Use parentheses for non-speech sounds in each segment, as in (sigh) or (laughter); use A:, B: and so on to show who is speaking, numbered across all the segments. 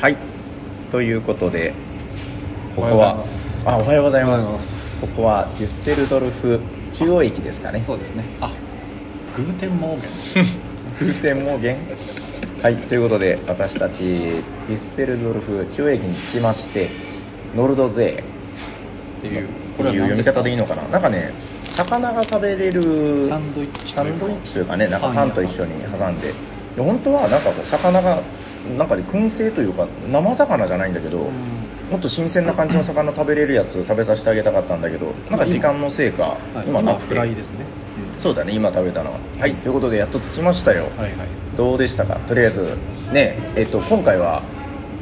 A: はい。ということで、ここ
B: おはようござい
A: は
B: ます、
A: あ、おはようございま。
B: おはようございますす
A: ここはデュッセルドルフ中央駅ですかね。 (laughs)
B: そうですねあグーテンモーゲン
A: 風船も限はいということで私たちヴィッセルドルフ中央駅に着きましてノルドゼー
B: っていう
A: これは読み方でいいのかななんかね魚が食べれる
B: サンドイッチ
A: サンドイッチというかねなんか
B: パ
A: パ
B: ン
A: ン
B: 屋
A: と
B: さん
A: 一緒に挟んでで本当はなんかこう魚がなんかで燻製というか生魚じゃないんだけど、
B: うん
A: もっと新鮮な感じの魚食べれるやつ食べさせてあげたかったんだけどなんか時間のせいか
B: はい
A: 今
B: 今
A: な
B: は
A: くて
B: フライですね、
A: そうだね今食べたのははいということでやっと着きましたよ、
B: はいはい
A: どうでしたかとりあえずねえっと今回は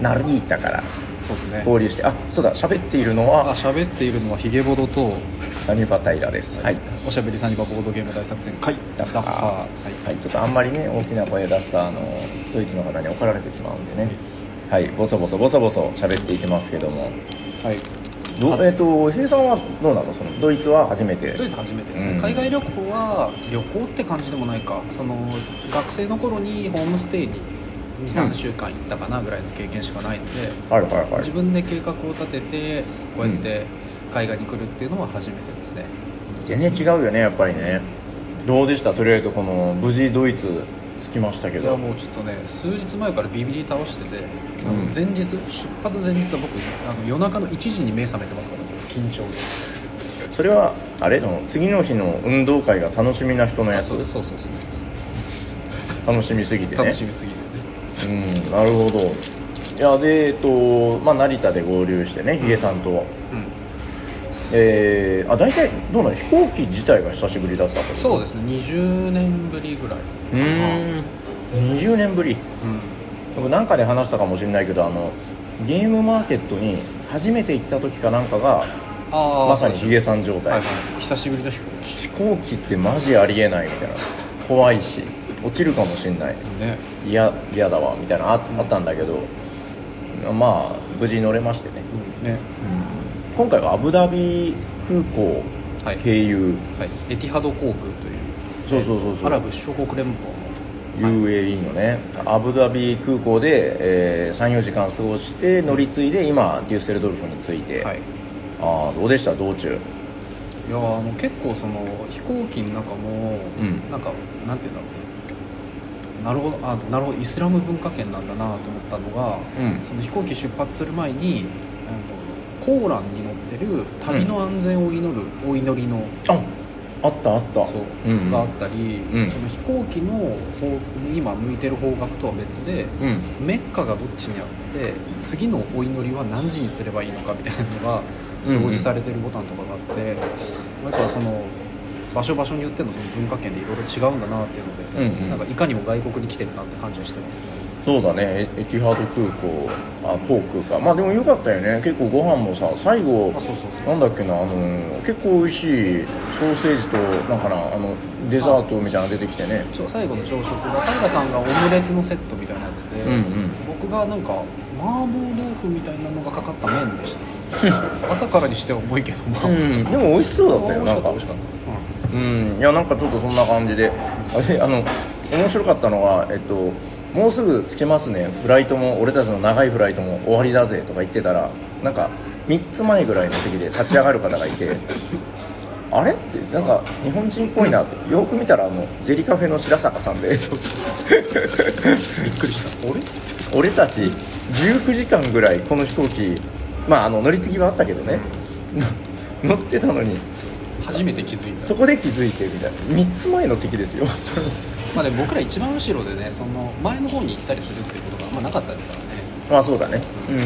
A: ナルギータから
B: そうですね
A: 合流してあそうだ喋っているの
B: あ
A: は
B: 喋っているのはヒゲボドと
A: サニバタイラですはい
B: おしゃべりサニバボードゲーム大作戦会ダッハー
A: はい、
B: はい
A: ちょっとあんまりね大きな声出すとあのドイツの方に怒られてしまうんでねはいボソボソボソボソ喋っていきますけども
B: はい
A: どうえっと平井さんはどうなのそのドイツは初めて
B: ドイツ初めてですね、
A: うん
B: 海外旅行は旅行って感じでもないかその学生の頃にホームステイに
A: う
B: 23
A: ん
B: 週間行ったかなぐらいの経験しかないので、
A: はいはいはい
B: 自分で計画を立ててこうやって海外に来るっていうのは初めてですね、
A: 全然違うよねやっぱりねどうでしたとりあえずこの無事ドイツ着きましたけ
B: い
A: ど
B: やもうちょっとね数日前からビビり倒してて、あ
A: うん
B: の前日出発前日は僕あの夜中の1時に目覚めてますから、ね、緊張で
A: それはあれその次の日の運動会が楽しみな人のや
B: あ
A: つ
B: そうそうそうそう
A: 楽しみすぎてね
B: 楽しみすぎて
A: うんなるほどいやでえっと、まあ、成田で合流してねヒゲさんと、えー、あ大体どうなの飛行機自体が久しぶりだった
B: う
A: と
B: ん、そ
A: で
B: うですね20年ぶりぐらいか
A: う
B: な
A: ーん20年ぶり
B: うん
A: 僕なんかで話したかもしれないけどあのゲームマーケットに初めて行った時かなんかが
B: あー
A: まさに
B: そうです
A: ヒゲさん状態、
B: はいはい、久しぶりの飛行機
A: 飛行機ってマジありえないみたいな怖いし落ちるかもしれない
B: ね
A: 嫌嫌だわみたいなああったんだけど、まあ無事に乗れましてね、
B: うんね
A: 今回はアブダビ空港
B: はい
A: 経由、
B: はいエティハド航空という
A: そうそうそうそう
B: アラブ首長国連邦の
A: UAE のね、アブダビ空港で、え34時間過ごして乗り継いで今デュッセルドルフに着いて、
B: はい
A: ああどうでした道中
B: いやーあの結構その飛行機の中も、
A: うん
B: なんかなんていうんだろうなるほどあなるほどイスラム文化圏なんだなと思ったのが、
A: うん
B: その飛行機出発する前にあのコーランに載ってる旅の安全を祈る、お祈りの
A: ああったあった
B: そう
A: うん
B: があったり、
A: うん
B: その飛行機の方今向いてる方角とは別で、
A: うん
B: メッカがどっちにあって次のお祈りは何時にすればいいのかみたいなの
A: う
B: が
A: んうん
B: 表示されてるボタンとかがあって、なんかその場所場所によってのその文化圏でいろいろ違うんだなっていうので、
A: うんうん
B: なんかいかにも外国に来てるなって感じはしてますね
A: そうだねエエティハード空港あ航空かまあでもよかったよね結構ご飯もさ最後
B: あそうそうそう
A: なんだっけなあのー結構美味しいソーセージとなんかなあのデザートみたいなの出てきてね
B: ちょ最後の朝食が平さんがオムレツのセットみたいなやつで、
A: うんうん
B: 僕がなんか麻婆豆腐みたいなのがかかった麺でした
A: (laughs)
B: 朝からにしては重いけどまあ、
A: うんでも美味しそうだったよ
B: 美味しかった
A: なんか
B: 美味しかった、うん
A: うんいやなんかちょっとそんな感じであれあの面白かったのがえっともうすぐ着きますねフライトも俺たちの長いフライトも終わりだぜとか言ってたらなんか3つ前ぐらいの席で立ち上がる方がいて (laughs) あれってなんか日本人っぽいなってよく見たらあのジェリカフェの白坂さんで
B: びっくりした俺っつって
A: 俺たち19時間ぐらいこの飛行機まああの乗り継ぎはあったけどねの乗ってたのに
B: 初めて気づいた
A: そこで気づいてみたいな3つ前の席ですよそれ
B: まあでも僕ら一番後ろでねその前の方に行ったりするっていうことがあんまなかったですからね
A: (laughs) まあそうだねうんい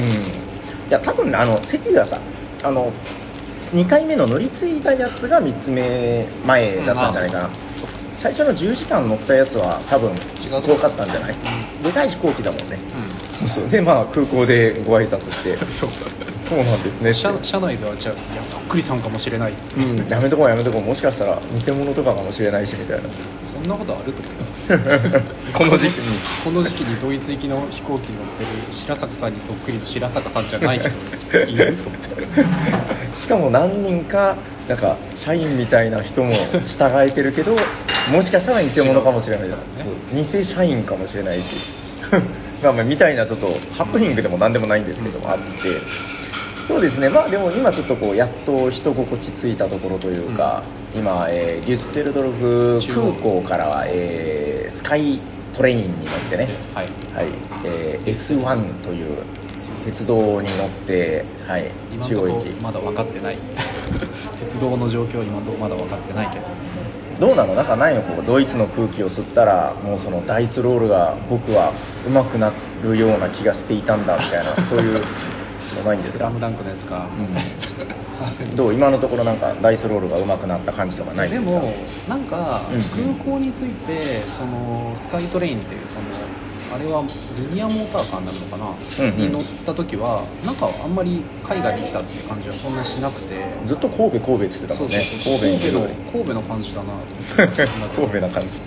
A: や多分ねあの席がさあの2回目の乗り継いだやつが3つ目前だったんじゃないかな、
B: うんあそうかそう
A: 最初の10時間乗ったやつは多分
B: 違うとこ
A: 遠かったんじゃない、
B: う
A: でかい飛行機だもんね、
B: う
A: そうそうでまあ空港でご挨拶して
B: んそう
A: (laughs) そうなんですねって
B: 社社内ではじゃあいやそっくりさんかもしれない、
A: うん、やめとこうやめとこうもしかしたら偽物とかかもしれないしみたいな
B: そんなことあると思
A: (laughs)
B: う
A: この時期に
B: この時期にドイツ行きの飛行機に乗ってる白坂さんにそっくりの白坂さんじゃない人いると思って
A: (laughs) しかも何人かなんか社員みたいな人も従えてるけどもしかしたら偽物かもしれない、
B: 違う
A: そう偽社員かもしれないし (laughs) まあまあみたいなちょっとハプニングでも何でもないんですけどもあってそうですねまあでも今ちょっとこうやっと人心地ついたところというか、今、えー、デュッセルドルフ空港からは、えースカイトレインに乗ってね、
B: はい
A: はいえー S1 という鉄道に乗って、はい、
B: 今
A: 中
B: のと
A: 央
B: こ
A: 駅
B: まだ分かってない鉄道の状況今のとこまだ分かってないけど
A: どうなのなんかないのこうドイツの空気を吸ったらもうそのダイスロールが僕は上手くなるような気がしていたんだみたい
B: (laughs)
A: なそういうのないんです
B: ス
A: か
B: ラムダンクのやつか、
A: う
B: (laughs)
A: ん、どう今のところなんかダイスロールが上手くなった感じとかないんで
B: です
A: か
B: もなんか
A: うんう
B: 空
A: ん
B: 港についてそのスカイトレインっていうそのあれはリニアモーターカーになるのかな、
A: うんうん
B: に乗った時はなんかあんまり海外に来たっていう感じはそんなしなくて
A: ずっと神戸神戸って言ってたもんね
B: そうそう神戸の
A: 神
B: 神戸の感じだなと思って
A: 戸の (laughs) 神戸な感じ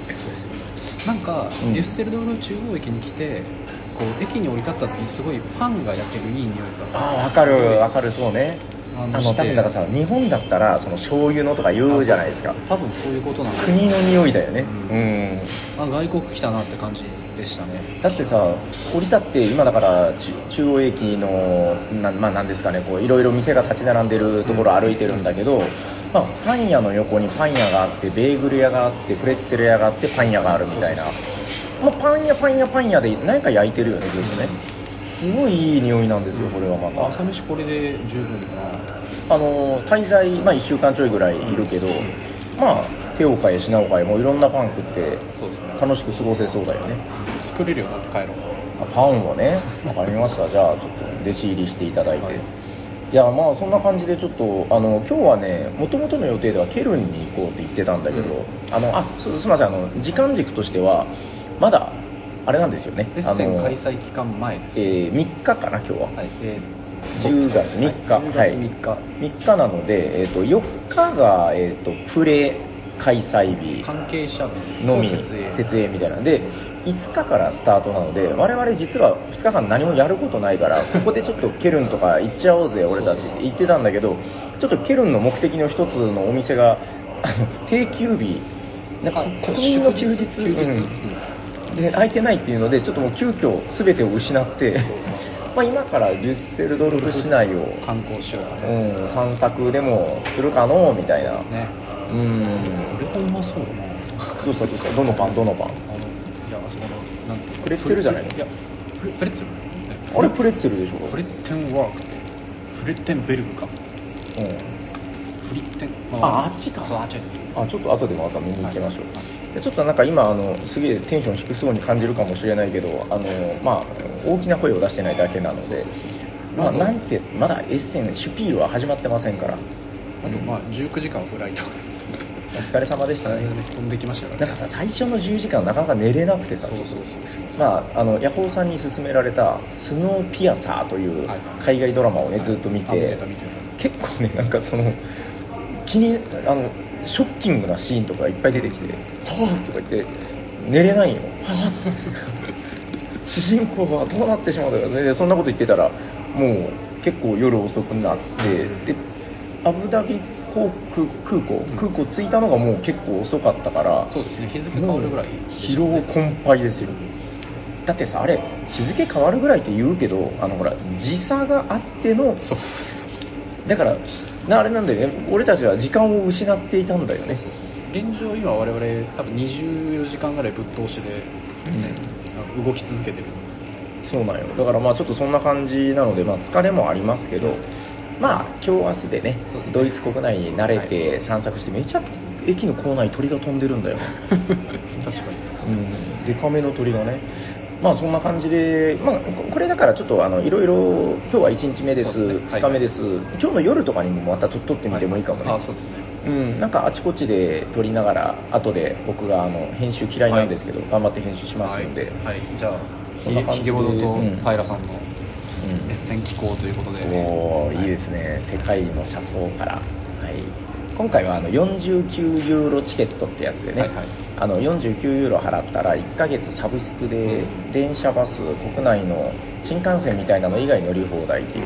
B: なんか、
A: うん
B: デュッセルドルフ中央駅に来てこう駅に降り立った時にすごいパンが焼けるいい匂いが
A: ああ分かる分かるそうね
B: あ
A: あ
B: の
A: の多分なんかさ日本だったらその醤油のとか言うじゃないですか
B: 多分そういうことなんだ
A: 国の匂いだよね
B: う
A: うん
B: あ外国来たなって感じでしたね
A: だってさ降り立って今だからち中央駅のな,、まあ、なんですかねこういろいろ店が立ち並んでるところ歩いてるんだけど、まあ、パン屋の横にパン屋があってベーグル屋があってプレッツェル屋があってパン屋があるみたいな、まあ、パン屋パン屋パン屋で何か焼いてるよねずっとねすごいいい匂いなんですよこれはまた、
B: 朝飯これで十分かな
A: あの滞在、まあ、1週間ちょいぐらいいるけど、まあ手を変え品を変えもういろんなパン食って
B: そうですね
A: 楽しく過ごせそうだよね
B: 作れるようになって帰ろう
A: あパンをね分かりましたじゃあちょっと弟子入りしていただいて、
B: はい
A: い、やまあそんな感じでちょっとあの今日はねもともとの予定ではケルンに行こうって言ってたんだけど、
B: う
A: あのあすすみませんあの時間軸としてはまだあれなんですよね
B: レッ
A: あ
B: セン
A: の
B: 開催期間前ですね、
A: えー3日かな今日は、
B: はいえー
A: 10月3日、
B: 10月3日、
A: はい、3日なので、えー、と4日が、えー、とプレ開催日
B: 関係者分
A: の
B: と
A: み
B: 設営
A: 設営みたいなんで5日からスタートなので我々実は2日間何もやることないからここでちょっとケルンとか行っちゃおう
B: (laughs)
A: ぜ俺たちって言ってたんだけどちょっとケルンの目的の一つのお店が (laughs) あの定休日なんか
B: あ
A: 国民の休日
B: 祝日
A: うん
B: う
A: で空いてないっていうのでちょっともう急遽全てを失って (laughs) まあ今からデュッセルドルフ市内を、
B: 観光しようかね、
A: うん、散策でもするかのみたいな
B: ですね
A: うん
B: これもう
A: (laughs)
B: まそうだな
A: どうしたどうしたどのパンどのパン
B: あのいやあそこのなんて
A: プレッツェルじゃないの
B: いやプレプレッツェル
A: あれプレッツェルでしょ
B: プレッテンワークってプレッテンベルグか
A: う
B: プリッテン
A: ああっちか
B: そうあっち
A: ん、あちょっと後でまた見に行きましょう、
B: は
A: でちょっとなんか今あのすげえテンション低そうに感じるかもしれないけどあのまあ大きな声を出してないだけなのでまあなんてまだエッセンシュピールは始まってませんから
B: あとまあ19時間フライト
A: お疲れ様でしたね、
B: 飛んできましたから
A: な
B: ね
A: んかさ最初の10時間なかなか寝れなくてさ
B: そうそうそう
A: ちょっとまああのヤホーさんに勧められた「スノーピアサー」という
B: はい
A: 海外ドラマをね、
B: はい
A: ずっと見
B: あ見
A: て
B: てた見てた
A: 結構ねなんかその気にあのショッキングなシーンとかいっぱい出てきて「はあ」とか言って寝れ
B: (laughs)
A: ないよ「はあ」主人公がどうなってしまうんだろうねでそんなこと言ってたらもう結構夜遅くなってでアブダビ航空空港空港着いたのがもう結構遅かったから
B: そうですね日付変わるぐらい
A: もう疲労困憊ですよだってさあれ日付変わるぐらいって言うけどあのほら時差があっての
B: そうそうそう
A: だからなあれなんだよね俺たちは時間を失っていたんだよね
B: 現状今我々多分24時間ぐらいぶっ通しで、ねあの動き続けてる
A: そうなんよだからまあちょっとそんな感じなので、まあ、疲れもありますけどまあ今日明日でね
B: そうですね
A: ドイツ国内に慣れ
B: は
A: て散策してめちゃ駅の構内鳥が飛んでるん
B: (laughs)
A: だよ
B: 確かに
A: うんデカめの鳥がねまあそんな感じで、まあ、ここれだからちょっとあのいろいろ今日は1日目です
B: そうですねはい
A: 2日目です、今日の夜とかにもまたちょっと撮ってみてもいいかもね、
B: あそうですね
A: うん、なんかあちこちで撮りながら後で僕があの編集嫌いなんですけど、頑張って編集しますので、
B: はい、はいじゃあ
A: そんな感
B: ひ
A: じで
B: げぼどと
A: うん
B: 平さんの
A: うん
B: 熱戦機構ということで、
A: おおいいですね、世界の車窓から、はい、今回はあの49ユーロチケットってやつでね、
B: はいはい
A: あの49ユーロ払ったら1ヶ月サブスクで電車バス国内の新幹線みたいなの以外乗り放題っていう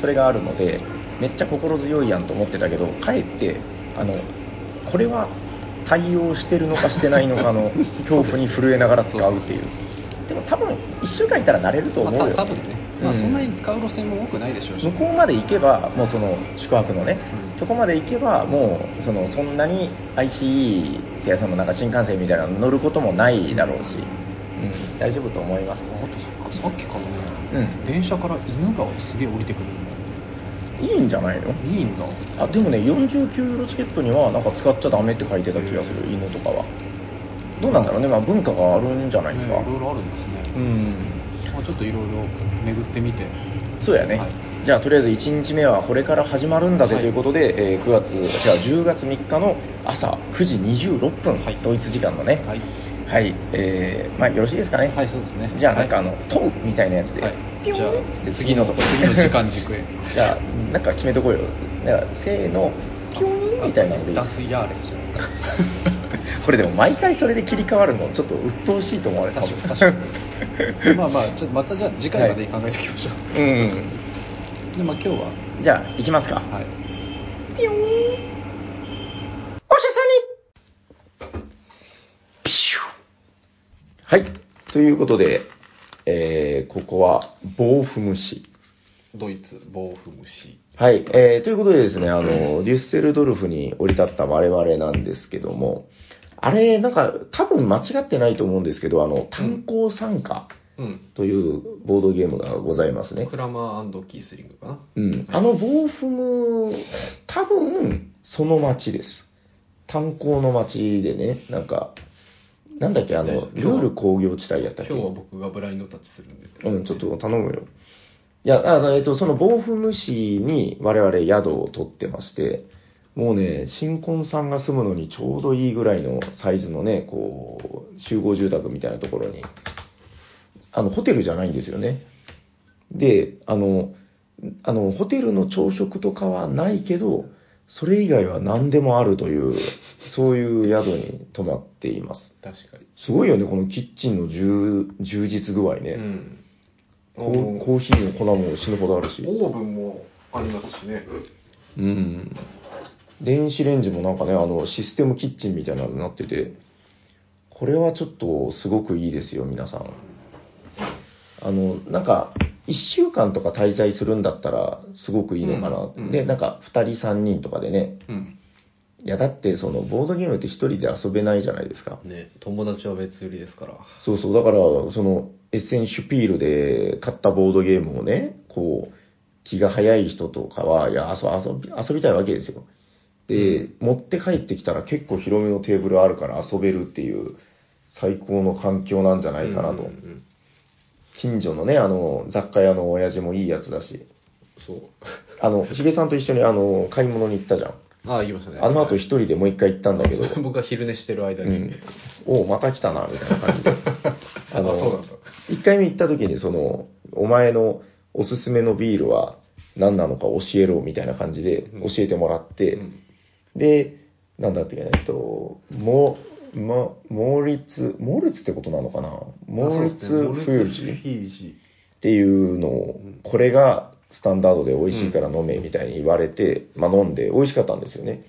A: それがあるのでめっちゃ心強いやんと思ってたけどかえってあのこれ
B: (laughs)
A: は対応してるのかしてないのかの恐怖に震えながら使うっていうでも多分1週間いたら慣れると思うよ、
B: まあ、た多分ね、ま
A: う
B: あ、そんなに使う路線も多くないでしょうし、
A: 向こうまで行けばもうその宿泊のね、
B: うん
A: とこまで行けばもうそのそんなに ICE ってそのなんか新幹線みたいなの乗ることもないだろうし、うん、大丈夫と思います
B: あとそっかさっきからね、
A: うん
B: 電車から犬がすげえ降りてくる
A: いいんじゃないの
B: いいんだ
A: あでもね49ユーロチケットにはなんか使っちゃダメって書いてた気がする犬とかはどうなんだろうね、まあ、文化があるんじゃないですか、
B: ねいろいろあるんですね、
A: うん
B: まあ、ちょっといろいろ巡ってみて
A: そうやね、
B: はい
A: じゃあとりあえず1日目はこれから始まるんだぜ
B: はい
A: ということで、えー9月違う10月3日の朝9時26分、
B: はい
A: ドイツ時間のね
B: はい
A: はい、えーまあよろしいですかね
B: はいそうですね
A: じゃあなんかあ
B: はい
A: の、飛ぶみたいなやつで、
B: はい
A: ピョ
B: じゃ
A: ーンっ
B: あ
A: つって
B: 次の次の時間軸へ
A: (laughs) じゃあなんか決めとこうよだからせーのピョーンみたいなのでいい
B: ダスイヤーレスじゃないですか
A: (laughs) これでも毎回それで切り替わるのちょっと鬱陶しいと思われた
B: 確かに確かにまあまあちょっとまたじゃあ次回までに考えておきましょう、
A: (laughs) うん
B: でまあ今日は
A: じゃあ行きますか、
B: はい
A: ピョーンお医者さんにピシュはいということで、えー、ここは防腐虫
B: ドイツ防腐虫
A: はい、えー、ということでですね、あの、デュッセルドルフに降り立った我々なんですけども、あれ、なんか、多分間違ってないと思うんですけど、あの、炭鉱参加
B: うん
A: というボードゲームがございますね。
B: クラマーキースリングかな
A: うん。あの、ボーフム、多分、その町です。炭鉱の町でね、なんか、なんだっけ、あ
B: 大丈
A: の
B: 夫、今日は
A: ルール工業地帯やったっけ
B: 今日は僕がブラインドタッチするんで
A: うん、ちょっと頼むよ。いや、あの、えっと、その暴風虫に我々宿を取ってまして、もうね、新婚さんが住むのにちょうどいいぐらいのサイズのね、こう、集合住宅みたいなところに、あの、ホテルじゃないんですよね。で、あの、あの、ホテルの朝食とかはないけど、それ以外は何でもあるという、そういう宿に泊まっています。
B: 確かに
A: すごいよね、このキッチンの充充実具合ね。
B: うん
A: コーコーヒーの粉も死ぬほどあるし。
B: オーブンもありますしね
A: うん。電子レンジもなんかね、あの、システムキッチンみたいなのになってて、これはちょっとすごくいいですよ、皆さん。あの、なんか、1週間とか滞在するんだったら、すごくいいのかな。
B: うんうん
A: で、なんか、2人、3人とかでね。
B: うん
A: いや、だって、その、ボードゲームって1人で遊べないじゃないですか。
B: ね友達は別売りですから
A: そうそう、だから、その、エッセンシュピールで買ったボードゲームをね、こう、気が早い人とかは、いや、遊遊び遊びたいわけですよ。で、持って帰ってきたら結構広めのテーブルあるから遊べるっていう、最高の環境なんじゃないかなと。
B: うんうんうん
A: 近所のね、あの、雑貨屋の親父もいいやつだし、
B: そう
A: あの、ヒゲさんと一緒にあの、買い物に行ったじゃん。
B: ああ言いましたね
A: あの後一人でもう一回行ったんだけ
B: (laughs)
A: ど、
B: 僕が昼寝してる間
A: う
B: に
A: ん、おうまた来たな、みたいな感じで。あの
B: (laughs) あそうなんだ
A: 一回目行った時にその、お前のおすすめのビールは何なのか教えろみたいな感じで
B: うん
A: 教えてもらって、
B: うん
A: で、なんだっていうかね、えっと、も、も、モーリツ、モーリツってことなのかなモーリツフュージっていうのを
B: うん、
A: これがスタンダードで美味しいから飲めみたいに言われて、まあ飲んで美味しかったんですよね。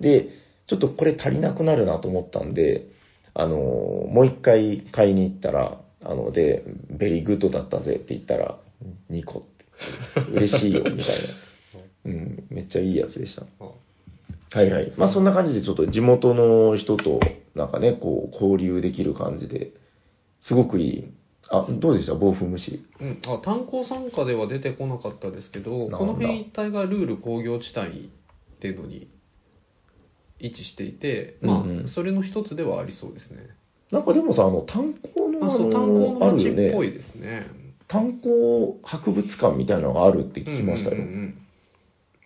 A: で、ちょっとこれ足りなくなるなと思ったんで、あの、もう一回買いに行ったら、あの、で、ベリーグッドだったぜって言ったら、2個って、嬉しいよ、みたいな。 (laughs) うん、めっちゃいいやつでした。
B: あ
A: はいはい。まあそんな感じでちょっと地元の人となんかね、こう交流できる感じで、すごくいい。あ、どうでした暴風虫。
B: うん、あ炭鉱参加では出てこなかったですけど
A: んだ
B: この辺一帯がルール工業地帯っていうのに位置していて、まあ
A: うんうん
B: それの一つではありそうですね、
A: なんかでもさ、あの、炭鉱の
B: まあ、
A: あ
B: そう炭鉱
A: の、
B: の
A: ある
B: 町
A: よ
B: っぽ
A: ね。
B: いですね
A: 炭鉱博物館みたいなのがあるって
B: うんうん
A: 聞きましたよ。
B: うんうん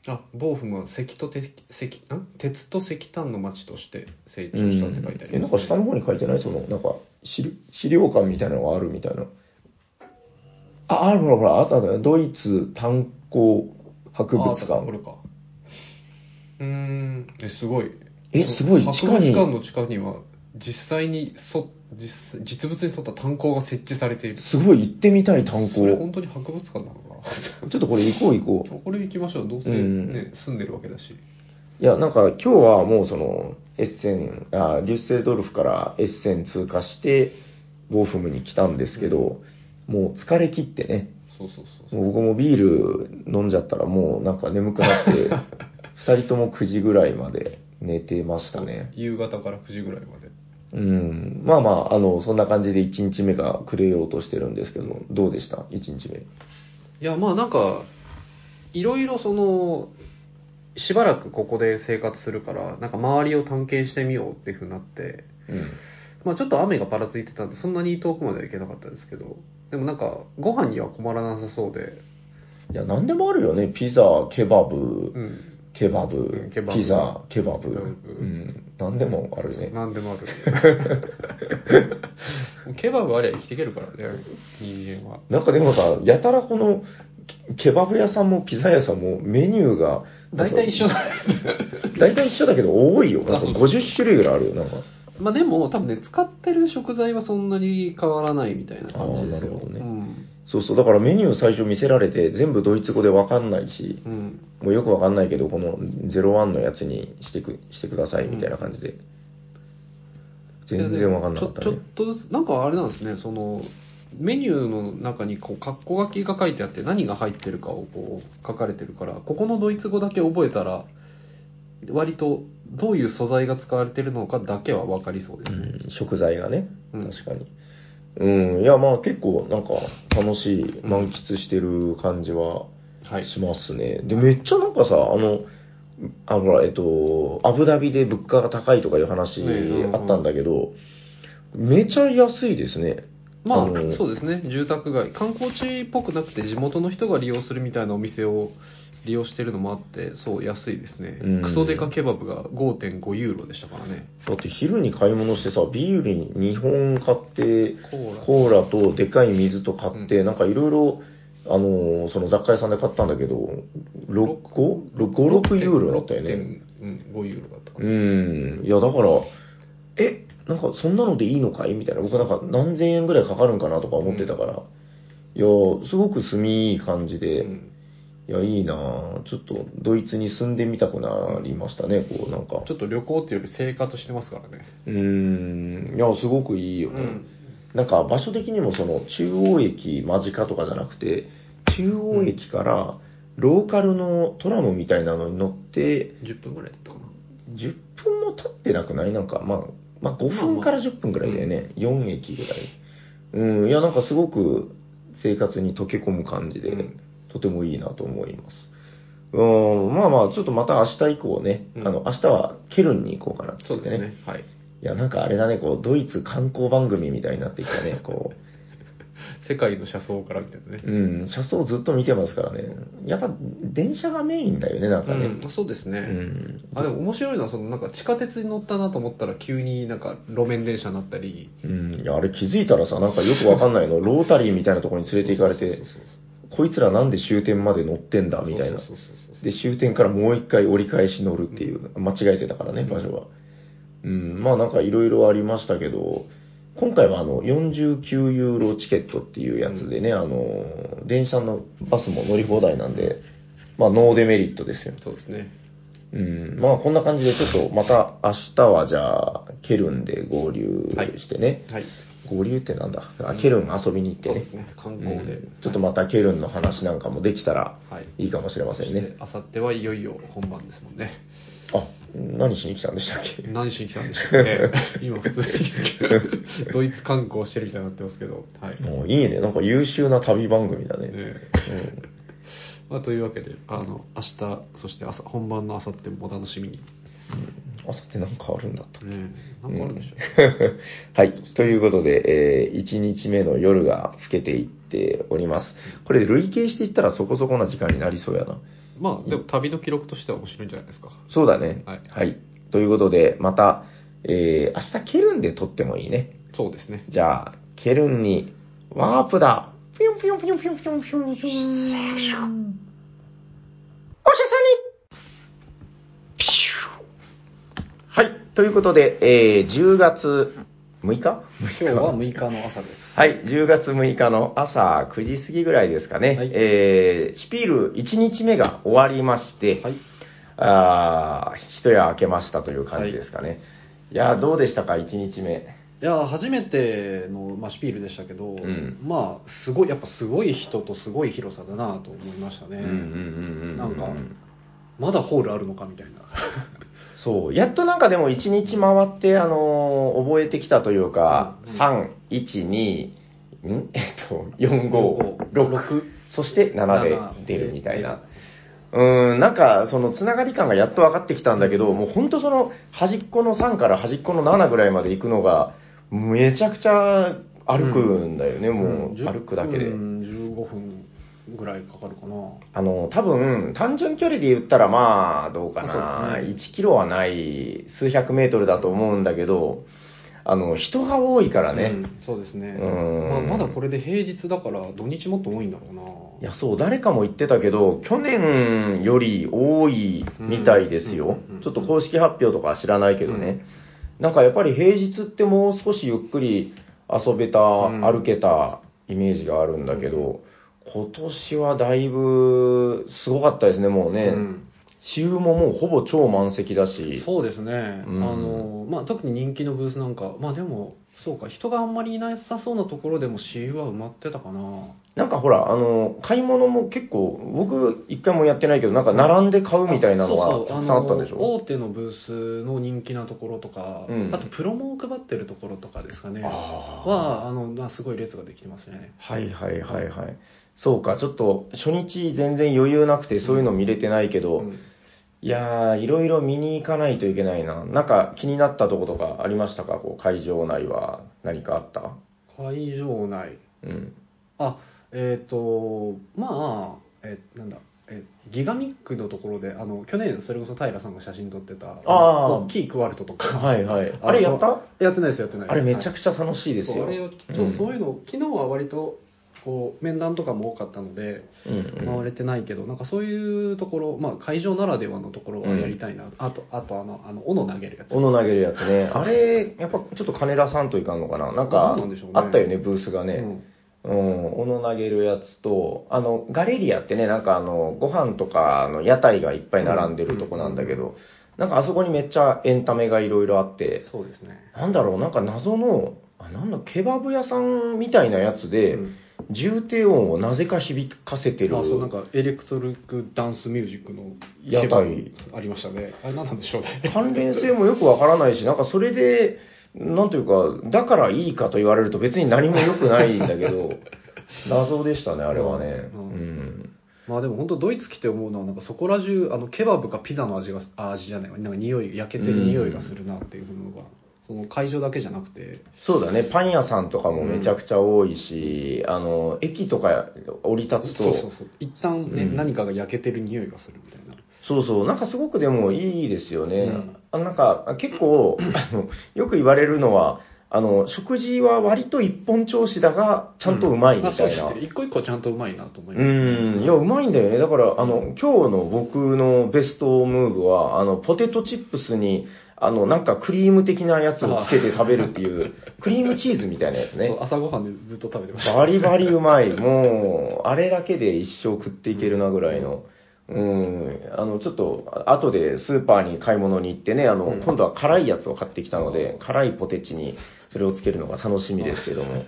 B: あボーフムは石と鉄石ん鉄と石炭の町として成長したって書いてあ
A: うんえ、な
B: りま
A: ん
B: す、
A: か下の方に書いてないその、なんか資料、資料館みたいなのがあるみたいな。あ、あるほらほら、あったね。ドイツ炭鉱博物
B: ああったこ
A: 館。
B: れかうーんえすごい
A: え、すごい、地
B: 博
A: 下
B: 物
A: に。
B: 館の地下には実際にそ実実物に沿った炭鉱が設置されている
A: すごい行ってみたい炭
B: それ
A: 鉱。
B: 本当に博物館なのかな
A: ちょっとこれ行こう行こう。
B: これ行きましょうどうせ、
A: う
B: ね
A: ん
B: 住んでるわけだし
A: いや、なんか今日はもうその、エッセン、あデュッセルドルフからエッセン通過して、ボーフムに来たんですけど、もう疲れ切ってね、
B: そうそうそうそう
A: もう僕もビール飲んじゃったらもうなんか眠くなって、2人とも9時ぐらいまで寝てましたね。
B: 夕方から9時ぐらいまで
A: うん、まあまあ、あの、そんな感じで1日目が暮れようとしてるんですけど、どうでした ?1 日目。
B: いやまあなんかいろいろそのしばらくここで生活するからなんか周りを探検してみようっていうふうになって
A: うん。
B: まあちょっと雨がぱらついてたんでそんなに遠くまでは行けなかったんですけどでもなんかご飯には困らなさそうで
A: いや、何でもあるよね。ピザ、ケバブ、
B: うん
A: ケバ
B: う
A: ブ
B: んケバ、ブ
A: ピザ、ケバブ。
B: ケ
A: う
B: バブ
A: ん。何でもあるね。
B: 何でもある (laughs) ケバブありゃ生きていけるからね人間は
A: なんかでもさ、やたらこの、ケケバブ屋さんもピザ屋さんもメニューが、
B: 大体一緒だ
A: 大体一緒だけど多いよ。なん
B: あ
A: か
B: そう
A: 50種類ぐらいあるよ。なんか。
B: まあでも多分ね使ってる食材はそんなに変わらないみたいな感じで
A: あーな
B: すよ
A: るほどね
B: うん
A: そうそう。だからメニュー最初見せられて、全部ドイツ語でわかんないし、
B: うん
A: もうよくわかんないけど、この01のやつにしてく、してくださいみたいな感じで。全然わかんなかった
B: ちょちょ
A: ね
B: っ。とずつなんかあれなんですねそのメニューの中にこう括弧書きが書いてあって何が入ってるかをこう書かれてるからここのドイツ語だけ覚えたら割とどういう素材が使われてるのかだけは分かりそうですね、
A: うん食材がね、
B: うん
A: 確かに。うん、いや、まあ結構なんか楽しい、満喫してる感じは
B: はい
A: しますね。で、めっちゃなんかさ、あの、あほら、えっと、アブダビで物価が高いとかいう話
B: ねうんうん
A: あったんだけど、めちゃ安いですね。
B: まあ、
A: あの
B: そうですね住宅街観光地っぽくなくて地元の人が利用するみたいなお店を利用してるのもあってそう安いですね、
A: うん
B: クソデカケバブが5.5ユーロでしたからね
A: だって昼に買い物してさ、ビールに2本買って、
B: コーラ
A: コーラとでかい水と買って、なんかいろいろ、あのーその雑貨屋さんで買ったんだけど、6個 ?5、6ユーロだったよね。
B: 6.5ユーロだったかな
A: うん。いや、だから、え、なんかそんなのでいいのかいみたいな。僕なんか何千円ぐらいかかるんかなとか思ってたから。いや、すごく住みいい感じで、
B: うん
A: いや、いいなぁちょっとドイツに住んでみたくなりましたね、こう、なんか。
B: ちょっと旅行っていうより生活してますからね。
A: うん。いや、すごくいいよね。
B: うん
A: なんか場所的にもその中央駅間近とかじゃなくて、中央駅からローカルのトラムみたいなのに乗って、
B: 10分ぐらいだったかな。
A: 10分も経ってなくないなんか、まあ、まあ5分から10分くらいだよね。4駅ぐらい。うん、いや、なんかすごく生活に溶け込む感じで、
B: うん
A: とてもいいなと思います。うん、まあまあ、ちょっとまた明日以降ね、
B: うん
A: あの、明日はケルンに行こうかなって
B: そ
A: 言っ
B: う
A: て
B: ですね。はい。
A: いや、なんかあれだね、こう、ドイツ観光番組みたいになってきたね、こう。
B: (laughs) 世界の車窓からみたいなね。
A: うん、車窓ずっと見てますからね。やっぱ電車がメインだよね、なんかね。
B: うん、そうです
A: う
B: ね。
A: ん。
B: あでも面白いのはそのなんか地下鉄に乗ったなと思ったら急になんか路面電車になったり
A: うん、いや、あれ気づいたらさ、なんかよくわかんないの、ロータリーみたいなところに連れて行かれて
B: そう、そう
A: こいつらなんで終点まで乗ってんだ、
B: そう
A: みたいな。
B: そうそうそうそう
A: で、終点からもう一回折り返し乗るっていう、間違えてたからね、
B: うん
A: 場所は。うん、まあなんかいろいろありましたけど、今回はあの、49ユーロチケットっていうやつでね、あの、電車のバスも乗り放題なんで、まあノーデメリットですよ。
B: そうですね。
A: うん、まあこんな感じでちょっとまた明日はじゃあケルンで合流してね、
B: はい。
A: 合流ってなんだあ
B: うん
A: ケルン遊びに行って
B: そう
A: ね
B: ですね。観
A: う
B: 光
A: ん
B: で。
A: ちょっとまたケルンの話なんかもできたら
B: は
A: い
B: い。
A: いかもしれま
B: そ
A: せん
B: し
A: ね
B: て、あさってはいよいよ本番ですもんね。
A: あ何しに来たんでしたっけ
B: 何しに来たんでしょうね。今普通にドイツ観光してるみたいになってますけど。はい。
A: もういいねなんか優秀な旅番組だね
B: ね
A: うん
B: まあ、というわけであの明日そして朝本番の明後日もお楽しみに、
A: あさってなんかあるんだった
B: ねえ、なんかあるでしょ、
A: (laughs) はい。ということで、え1日目の夜が更けていっております。これ、累計していったらそこそこな時間になりそうやな。
B: まあでも旅の記録としては面白いんじゃないですか
A: そうだね。
B: はい
A: ということで、また、えー、明日ケルンで撮ってもいいね。
B: そうですね
A: じゃあ、ケルンにワープだ。ぴょんぴょんぴょんぴょんぴょんぴょんぴょん。お医者さんにピシューはい。ということで、えー、10月6日
B: 今日は6日の朝です
A: はい、10月6日の朝9時過ぎぐらいですかね、
B: はい
A: えーシュピール1日目が終わりまして、
B: はい
A: あー一夜明けましたという感じですかね。い、やー、どうでしたか、1日目。
B: いや初めての、まあ、シュピールでしたけど、
A: ん
B: まあすごいやっぱすごい人とすごい広さだなと思いましたね、
A: うんうんうんうんうん
B: なんかまだホールあるのかみたいな
A: そうやっとなんかでも1日回って、あのー覚えてきたというか、
B: うん
A: 3、1、2、ん (laughs) えっと、4、5、6、
B: 6
A: そして7で出るみたいな。うん、なんか、その、つながり感がやっと分かってきたんだけど、もう本当その、端っこの3から端っこの7ぐらいまで行くのが、めちゃくちゃ歩くんだよね、もう、歩くだけで。
B: 15分ぐらいかかるかな
A: あの、多分、単純距離で言ったら、まあ、どうか
B: そう
A: な、
B: ですね
A: 1キロはない、数百メートルだと思うんだけど、あの、人が多いからね、
B: うんそうですね、
A: うん
B: まあ、まだこれで平日だから土日もっと多いんだろうない
A: や、そう、誰かも言ってたけど、去年より多いみたいですよ
B: うんうんうんう。ん
A: ちょっと公式発表とかは知らないけどね。なんかやっぱり平日ってもう少しゆっくり遊べた、
B: うん
A: 歩けたイメージがあるんだけど、今年はだいぶすごかったですね、もうね。
B: うん
A: 週ももうほぼ超満席だし。
B: そうですね、
A: うん
B: あのまあ、特に人気のブースなんか、まあ、でもそうか人があんまりいなさそうなところでも CU は埋まってたかな
A: なんかほら、あの、買い物も結構、僕一回もやってないけど、なんか並んで買うみたいなの
B: そう
A: が
B: そう
A: たくさんあったんでし
B: あの
A: ょ
B: 大手のブースの人気なところとか、
A: うん
B: あとプロモを配ってるところとかですかね
A: あー
B: はあの、まあ、すごい列ができてますね
A: はいはいはいはい。そうか、ちょっと初日全然余裕なくてそういうの見れてないけど、
B: うん
A: いやー、いろいろ見に行かないといけないな。なんか気になったとことかありましたかこう会場内は何かあった
B: 会場内
A: うん。
B: あえっ、とまあえなんだえギガミックのところであの去年それこそ平さんが写真撮ってた
A: あー
B: 大きいクワルトとか
A: はいはい。あれやった
B: やってないですやってないで
A: あ
B: す
A: れめちゃ
B: くち
A: くちゃ楽しい
B: ゃ
A: ですよ。
B: あれをちょ
A: うん
B: そういうの、昨日は割とこう面談とかも多かったので
A: うんう
B: 回
A: ん
B: れてないけど、なんかそういうところ、まあ、会場ならではのところはやりたいな、あとあとあのあの斧投げるやつ
A: 斧投げるやつね。あれ、やっぱちょっと金出さんといかんのかななん
B: あ
A: か
B: そうなんでしょうね、
A: あったよね、ブースがね。
B: うん
A: うん、斧投げるやつと、あの、ガレリアってね、なんかあの、ご飯とか、あの、屋台がいっぱい並んでるとこなんだけど、なんかあそこにめっちゃエンタメがいろいろあって、
B: そうですね、
A: なんだろう、なんか謎の、あなんだ、ケバブ屋さんみたいなやつで、
B: うん
A: 重低音をなぜか響かせてる。
B: あそうなんかエレクトリックダンスミュージックの
A: 屋台
B: ありましたねあれ何なんでしょうね
A: 関連性もよくわからないし、なんかそれで、なんというか、だからいいかと言われると別に何も良くないんだけ
B: (laughs)
A: ど、謎でしたね、あれはね。
B: う
A: うんん。
B: まあでも本当ドイツ来て思うのはなんかそこら中あのケバブかピザの味があ味じゃないわなんか匂い焼けてる匂いがするなっていうのが、その会場だけじゃなくて
A: そうだね、パン屋さんとかもめちゃくちゃ多いし、あの、駅とか降り立つと、
B: そうそうそう一旦ね、
A: うん
B: 何かが焼けてる匂いがするみたいな
A: そうそうなんかすごくでもいいですよね。
B: うん
A: あなんか結構、あのよく言われるのは、あの、食事は割と一本調子だが、ちゃんとうまいみ
B: あそ
A: た
B: う
A: い
B: です
A: な。
B: ね一個一個ちゃんとうまいなと思いうますね、
A: ん、いや、うまいんだよね。だから、あの、今日の僕のベストムーブは、あの、ポテトチップスに、あの、なんかクリーム的なやつをつけて食べるって
B: (laughs)
A: いう、クリームチーズみたいなやつね
B: そ。う朝ごはんでずっと食べてました
A: バリバリうまい。もう、あれだけで一生食っていけるなぐらいの。うん。あの、ちょっと、あ後でスーパーに買い物に行ってね、あの、
B: うん
A: 今度は辛いやつを買ってきたので
B: う、ん
A: 辛いポテチにそれをつけるのが楽しみですけど
B: (laughs)
A: も。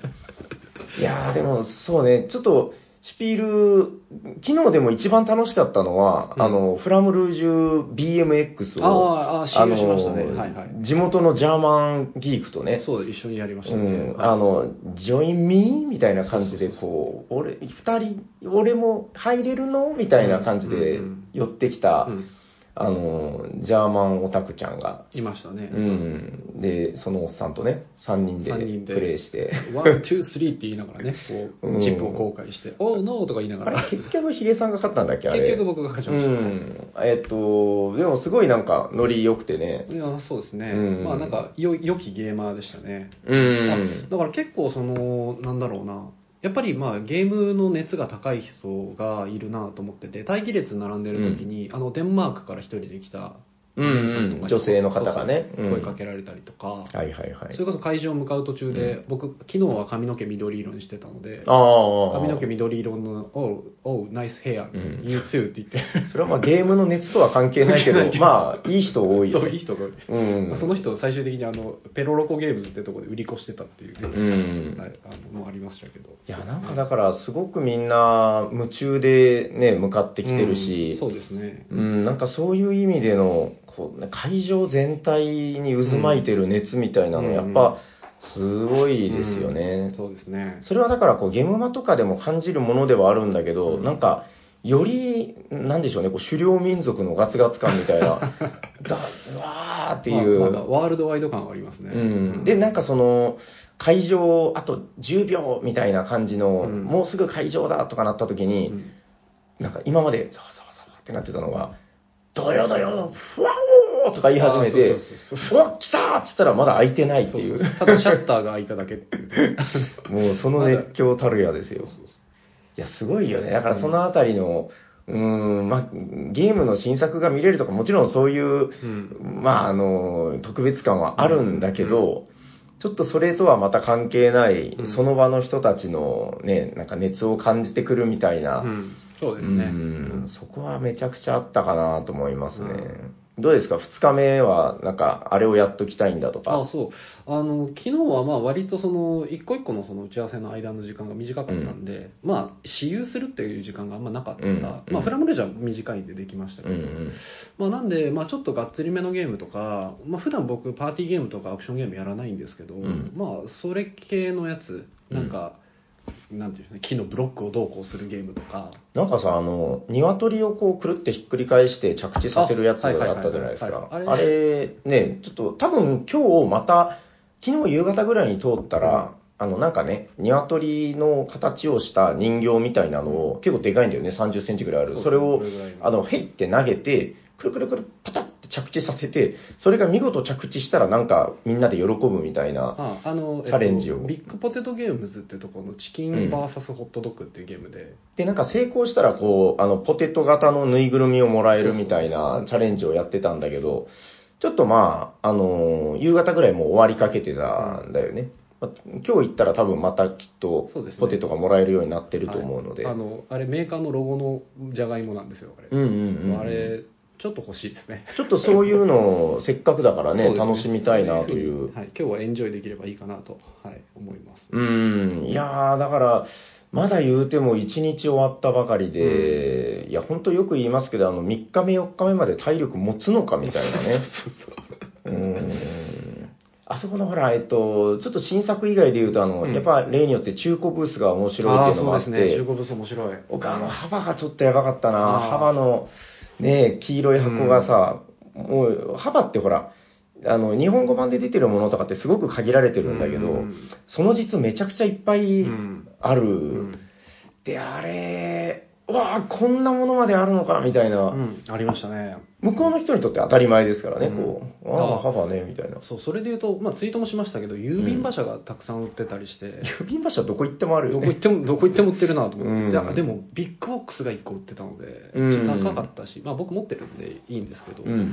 A: いやー、でも、そうね、ちょっと、シュピール、昨日でも一番楽しかったのは、
B: うん
A: あの、フラムルージュ BMX を、
B: あああ
A: あ
B: 信
A: の
B: 用しましたね、はいはい
A: 地元のジャーマンギークとね、
B: そう一緒にやりました
A: う
B: ね、
A: ん、
B: はい
A: あの、ジョインミーみたいな感じで、こう、俺、二人、俺も入れるのみたいな感じで
B: うんうんうん
A: 寄ってきた
B: う、ん
A: あの、ジャーマンオタクちゃんが、
B: いましたね
A: う、ん、で、そのおっさんとね、三人で
B: 三人で
A: プレイして、
B: ワン、ツー、スリーって言いながらね、こ
A: う
B: う、
A: ん
B: チップを公開して、おー、ノーとか言いなが
A: あ
B: ら
A: れ、、結局ヒゲさんが勝ったんだっけあれ。
B: 結局僕が勝ち
A: う
B: ましたね。
A: ん、えっと、でもすごいなんか、ノリ良くてね、
B: いやそうですね、
A: うん
B: まあなんかよ、良きゲーマーでしたね。
A: う
B: あ
A: ん、
B: だから結構、その、なんだろうな、やっぱりまあゲームの熱が高い人がいるなと思ってて、待機列並んでる時に、あのデンマークから一人で来た、
A: うんうん
B: お姉さとかに
A: 女性の方がね
B: そうそう
A: うん
B: 声かけられたりとか、
A: はいはいはい
B: それこそ会場向かう途中で、
A: うん
B: 僕昨日は髪の毛緑色にしてたので
A: ああ
B: 髪の毛緑色の「おうおうナイスヘア」
A: ん
B: You too」って言って
A: それはまあゲームの熱とは関係ないけ
B: (laughs) 関
A: ど
B: 係ないけど
A: まあいい人多いよ
B: そういい人が多い
A: うん
B: その人を最終的にあのペロロコゲームズってとこで売り越してたっていう
A: う
B: ね、
A: ん
B: はい、あのもありましたけど
A: いやなんかだからすごくみんな夢中でね向かってきてる
B: うん
A: し
B: そうですね
A: うんなんかそういう意味でのこう会場全体に渦巻いてる熱みたいなの
B: うん
A: やっぱすごいですよね
B: そうですね
A: それはだからこうゲームマとかでも感じるものではあるんだけど、
B: うん
A: なんかよりなんでしょうねこう狩猟民族のガツガツ感み
B: (laughs)
A: たいなだうわーっていう、
B: まあまあまあワールドワイド感はありますね、
A: うん、でなんかその会場あと10秒みたいな感じの、
B: うん
A: もうすぐ会場だとかなった時
B: う
A: に、
B: ん
A: なんか今までざわざわざわってなってたのが「どよどよふわおー」とか言い始め
B: あ
A: て
B: そうそうそう
A: 「うわ来た!」っつったらまだ開いてないって
B: そう
A: い
B: そううそうただシャッターが開いただけっていうね
A: もうその熱狂たるやですよ。いや、すごいよね。だからそのあたりの、うーん、まあ、ゲームの新作が見れるとか、もちろんそういう、
B: うん
A: まあ、あの、特別感はあるんだけど、ちょっとそれとはまた関係ない、
B: うん
A: その場の人たちのね、なんか熱を感じてくるみたいな、
B: うんそうですね、
A: うんそこはめちゃくちゃあったかなと思いますね。
B: うん
A: どうですか ?2 日目は、なんか、あれをやっときたいんだと
B: あ
A: か。
B: そうあの昨日はまあ割とその一個一個のその打ち合わせの間の時間が短かったんで、まあ私有するっていう時間があんまなかった、
A: うんうん
B: まあ、フラムレジャーも短いんでできましたけ
A: うん
B: ど、
A: うん。
B: まあ、なんで、まあ、ちょっとがっつりめのゲームとか、まあ普段僕パーティーゲームとかアクションゲームやらないんですけど、
A: うん
B: まあそれ系のやつなんか、なんていうんですかね木のブロックをどうこうするゲームとか
A: なんかさ、あの、鶏をこう、くるってひっくり返して着地させるやつ
B: あはいはい
A: が
B: は
A: あっ
B: い
A: たじゃないですか。あ
B: はい
A: れ
B: あ
A: ね、ちょっと、多分今日また、昨日夕方ぐらいに通ったら、あの、なんかね、鶏の形をした人形みたいなのを、結構でかいんだよね、30センチぐらいある。それを、あ
B: の
A: の、へいって投げて、くるくるくる、パタって着地させて、それが見事着地したらなんか、みんなで喜ぶみたいな。
B: ああの
A: チャレンジを
B: えっとビッグポテトゲームズっていうところのチキン
A: うん
B: VS ホットドッグっていうゲームで、
A: で、なんか成功したら、こう、あの、ポテト型のぬいぐるみをもらえるみたい
B: そうそうそうそ
A: な
B: う
A: チャレンジをやってたんだけど、ちょっとまあ、あのー夕方ぐらいもう終わりかけてたんだよね。まあ今日行ったら多分またきっと
B: そうですね
A: ポテトがもらえるようになってると思うので。
B: はいあのあれメーカーのロゴのじゃがいもなんですよあれ、
A: うんうんうん、
B: そうあれちょっと欲しいですね
A: ちょっとそういうのをせっかくだから
B: そう
A: ね、
B: です
A: 楽しみたいなという
B: ふにはい、今日はエンジョイできればいいかなと、はい、思います、
A: うん、いやー、だから、まだ言うても1日終わったばかりで、いや、本当よく言いますけど、あの、3日目、4日目まで体力持つのかみたいなね。
B: (laughs) そうそう
A: うん。あそこのほら、えっと、ちょっと新作以外で言うと、あの、
B: うん
A: やっぱ例によって中古ブースが面白い
B: あ
A: っ
B: あ
A: ていう
B: そ
A: の
B: う
A: があ
B: で
A: っ
B: すね
A: て
B: 中、古ブース面白い
A: 僕、あの、幅がちょっとやばかったな。
B: あー
A: 幅の、ね、黄色い箱がさ、もう、幅ってほら、あの、日本語版で出てるものとかってすごく限られてるんだけど、
B: うん
A: その実めちゃくちゃいっぱ
B: う
A: い
B: ん
A: ある。
B: うん
A: で、あれ、うわあ、こんなものまであるのか、みたいな、
B: うんありましたね
A: 向こうの人にとって当たり前ですからね、
B: うん
A: こう、
B: あ
A: ああ、
B: あ
A: 幅ね、みたいな。
B: そうそれで言うと、まあ、ツイートもしましたけど郵便馬車がたくさん売ってたりして、
A: 郵便馬車どこ行ってもあるよ
B: どこ
A: ね。
B: 行っても、どこ行っても売ってるなと思って、
A: うん
B: いやでも、ビッグボックスが1個売ってたので、
A: うん
B: ちょっと高かったし、まあ、僕持ってるんでいいんですけど、
A: うん、うん。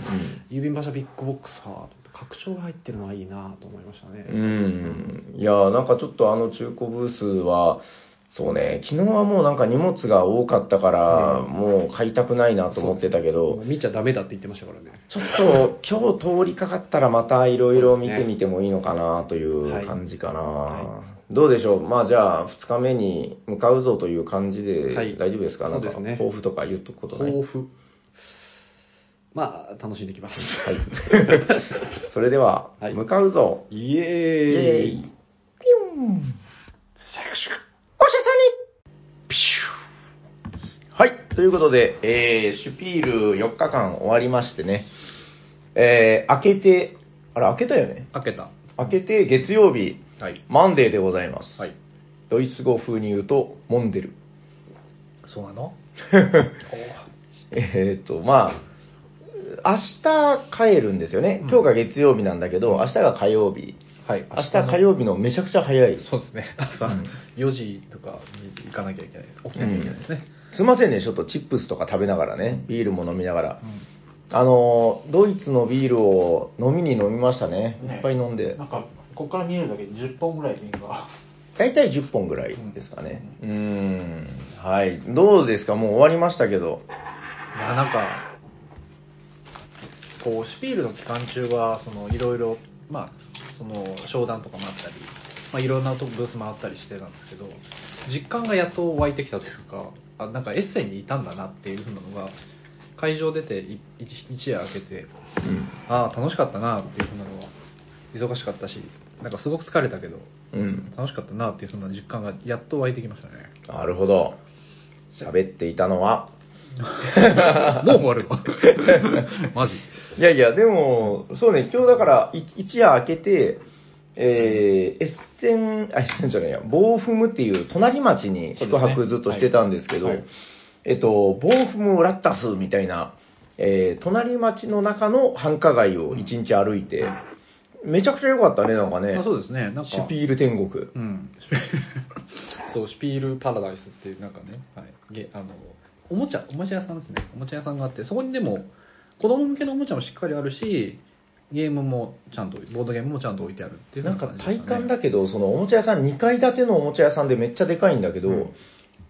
B: 郵便馬車ビッグボックスか、拡張が入ってるのはいいなと思いましたね。
A: うん。いやー、なんかちょっとあの中古ブースは、そうね、昨日はもうなんか荷物が多かったから、
B: うん
A: もう買いたくないなと思ってたけど、
B: もう見ちゃダメだって言ってましたからね。
A: ちょっと今日通りかかったらまたいろいろ見てみてもいいのかなという感じかな、
B: は
A: どうでしょうまあじゃあ2日目に向かうぞという感じで
B: はい
A: 大丈夫ですか、なんか
B: そうですね
A: 抱負とか言っとくことない
B: 豊富。まあ、楽しんできます。
A: (laughs) それでは、
B: はい
A: 向かうぞ
B: イ
A: イ
B: エ
A: エ
B: ー
A: ーイ
B: イ
A: ピュン
B: シャクシャク
A: お医者さんにピシューはい、ということで、えー、シュピール4日間終わりましてね、えー、明けて、あれ明けたよね
B: 開けた。
A: 明けて月曜日、
B: はい。
A: マンデーでございます。
B: はい。
A: ドイツ語風に言うと、モンデル。
B: そう
A: (laughs)
B: なの
A: えっと、まあ、明日帰るんですよね。今日が月曜日なんだけど、明日が火曜日。
B: はい。
A: 明日火曜日のめちゃくちゃ早い。す
B: そうですね。朝4時とかに行かなきゃいけないです。起きなきゃいけないですね。
A: いませんね、ちょっとチップスとか食べながらね、ビールも飲みながら。あのドイツのビールを飲みに飲みましたねいっぱい飲んで
C: なんかこっから見えるだけで10本ぐらい瓶が
A: 大体10本ぐらいですかねうーんはいどうですかもう終わりましたけど
C: いやなんかこうシュピールの期間中はそのいろいろまあその商談とかもあったり、まあ、いろんなとこブース回ったりしてたんですけど実感がやっと湧いてきたというかあなんかエッセンにいたんだなっていうふうなのが会場出てい一一夜明けてああ楽しかったなっていうふうなのは忙しかったしなんかすごく疲れたけど
A: うん、うん、
C: 楽しかったなっていうふうな実感がやっと湧いてきました (laughs) ね
A: なるほど喋っていたのは
C: もう終わ (laughs) るのマジ
A: いやいや、でも、そうね、今日だから、い一夜明けて、えー、エッセン、あ、エッセンじゃないや、ボーフムっていう隣町に宿泊ずっとしてたんですけど、
C: そうですね
A: えっと、ボーフムラッタスみたいな、えー、隣町の中の繁華街を一日歩いて、めちゃくちゃ良かったね、なんかね。
C: あそうですねなんか
A: シュピール天国。
C: うん、 (laughs) そうシュピールパラダイスっていうなんかね、はい、げあのおもちゃおもちゃ屋さんですねおもちゃ屋さんがあってそこにでも子供向けのおもちゃもしっかりあるしゲームもちゃんとボードゲームもちゃんと置いてあるっていう
A: なん
C: よう
A: か
C: 感じで
A: 体
C: したね
A: 感だけど、そのおもちゃ屋さん、2階建てのおもちゃ屋さんでめっちゃでかいんだけど、
C: うん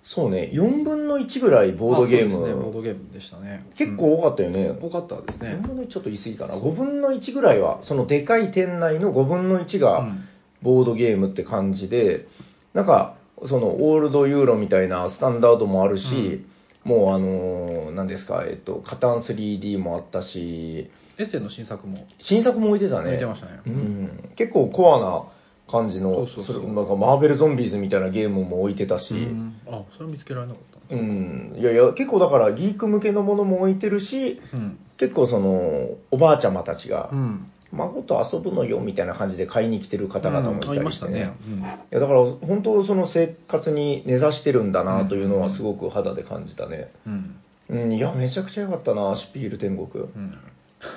A: そうね、4分の1ぐらいボードゲー
C: あそうですねボー
A: ム、
C: ドゲームでしたね
A: 結構多かったよね。
C: うん多かったですね
A: 4分の1ちょっと言い過ぎかな5分の1ぐらいはそのでかい店内の5分の1が
C: うん
A: ボードゲームって感じで、なんかそのオールドユーロみたいなスタンダードもあるし、もうあのー何ですかえっとカタン 3D もあったし
C: エッセンの新作も
A: 新作も置いてたね
C: 置いてましたね
A: うん、結構コアな感じの
C: そうそう
A: そ
C: そう
A: れなんかマーベルゾンビーズみたいなゲームも置いてたし、
C: うんあそれ見つけられなかっ
A: うん、いやいや結構だからギーク向けのものも置いてるした
C: うん
A: 結構そのおばあちゃまたちが
C: うん
A: 孫と遊ぶのよみたいな感じで買いに来てる方々もいた
C: うんあい
A: り
C: ま
A: し、
C: してた
A: ね
C: ね、うん
A: いやだから本当その生活に根ざしてるんだなというのはすごく肌で感じたね、
C: うん
A: うん、いやめちゃくちゃ良かったなシュピール天国
C: うん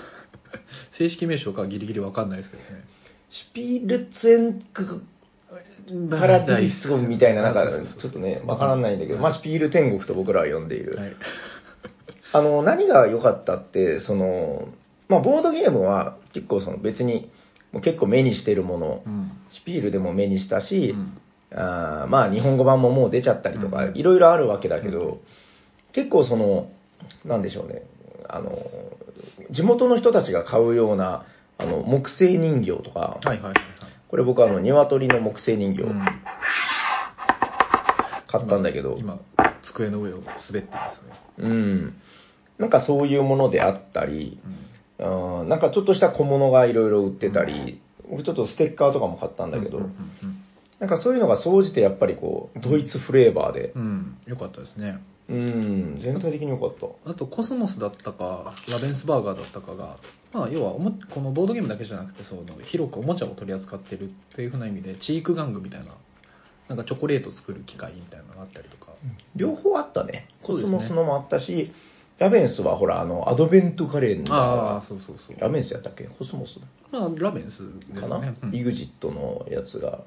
C: (laughs) 正式名称かギリギリわかんないですけどね
A: シュピールツェンクパラダイスみたいななんかちょっとねわからないんだけど、まあ、シュピール天国と僕らは呼んでいる、
C: はい、
A: あの何が良かったってその、まあ、ボードゲームは結構その別にもう結構目にしてるもの、
C: うん
A: シュピールでも目にしたし、
C: うん
A: あーまあ日本語版ももう出ちゃったりとか、
C: うん
A: いろいろあるわけだけど、結構そのなんでしょうねあの地元の人たちが買うようなあの木製人形とか、
C: はいはいはい
A: これ僕あの鶏の木製人形
C: はい、うん、
A: 買ったんだけど、
C: 今机の上を滑ってますね、
A: うん、なんかそういうものであったり、
C: うん
A: うん、なんかちょっとした小物がいろいろ売ってたり、僕ちょっとステッカーとかも買ったんだけど、
C: うんうん
A: なんかそういうのが総じてやっぱりこうドイツフレーバーで、
C: うんうんよかったですね
A: うん、全体的に良かった。
C: あとコスモスだったかラベンスバーガーだったかが、まあ、要はおもこのボードゲームだけじゃなくてその広くおもちゃを取り扱ってるっていうふうな意味でチーク玩具みたいななんかチョコレート作る機械みたいなのがあったりとか、
A: 両方あったね
C: そ
A: コ
C: うで
A: ス
C: すね
A: モスのもあったし、ラベンスはほらあのアドベントカレン
C: あ
A: ダ
C: あそうそうそう
A: ーラベンスやったっけコスモス
C: まあラベンスで
A: か
C: す
A: な、
C: ね、うん
A: イグジットのやつが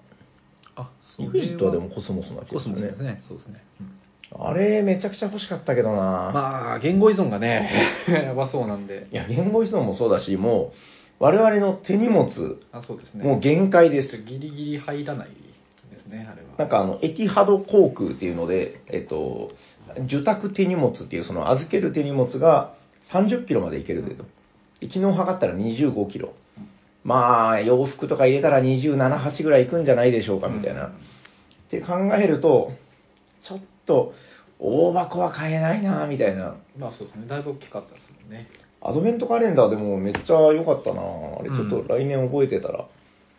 C: あそれ
A: イグジットはでもコスモスなわけ
C: コスモス
A: ね
C: ですねそうですね、うん
A: あれめちゃくちゃ欲しかったけどな、
C: まあ言語依存がね (laughs) やばそうなんで
A: いや言語依存もそうだしもう我々の手荷物、
C: あそうですね
A: もう限界です
C: ギリギリ入らないですねあれは
A: なんかあのエティハド航空っていうので、えっと、受託手荷物っていうその預ける手荷物が30キロまで行けるぜとで昨日測ったら25キロまあ洋服とか入れたら278ぐらい行くんじゃないでしょうかみたいな、って考えるとちょっと大箱は買えないなみたいな
C: まあそうですねだいぶ大きかったですもんね
A: アドベントカレンダーでもめっちゃ良かったなあれちょっと来年覚えてたら、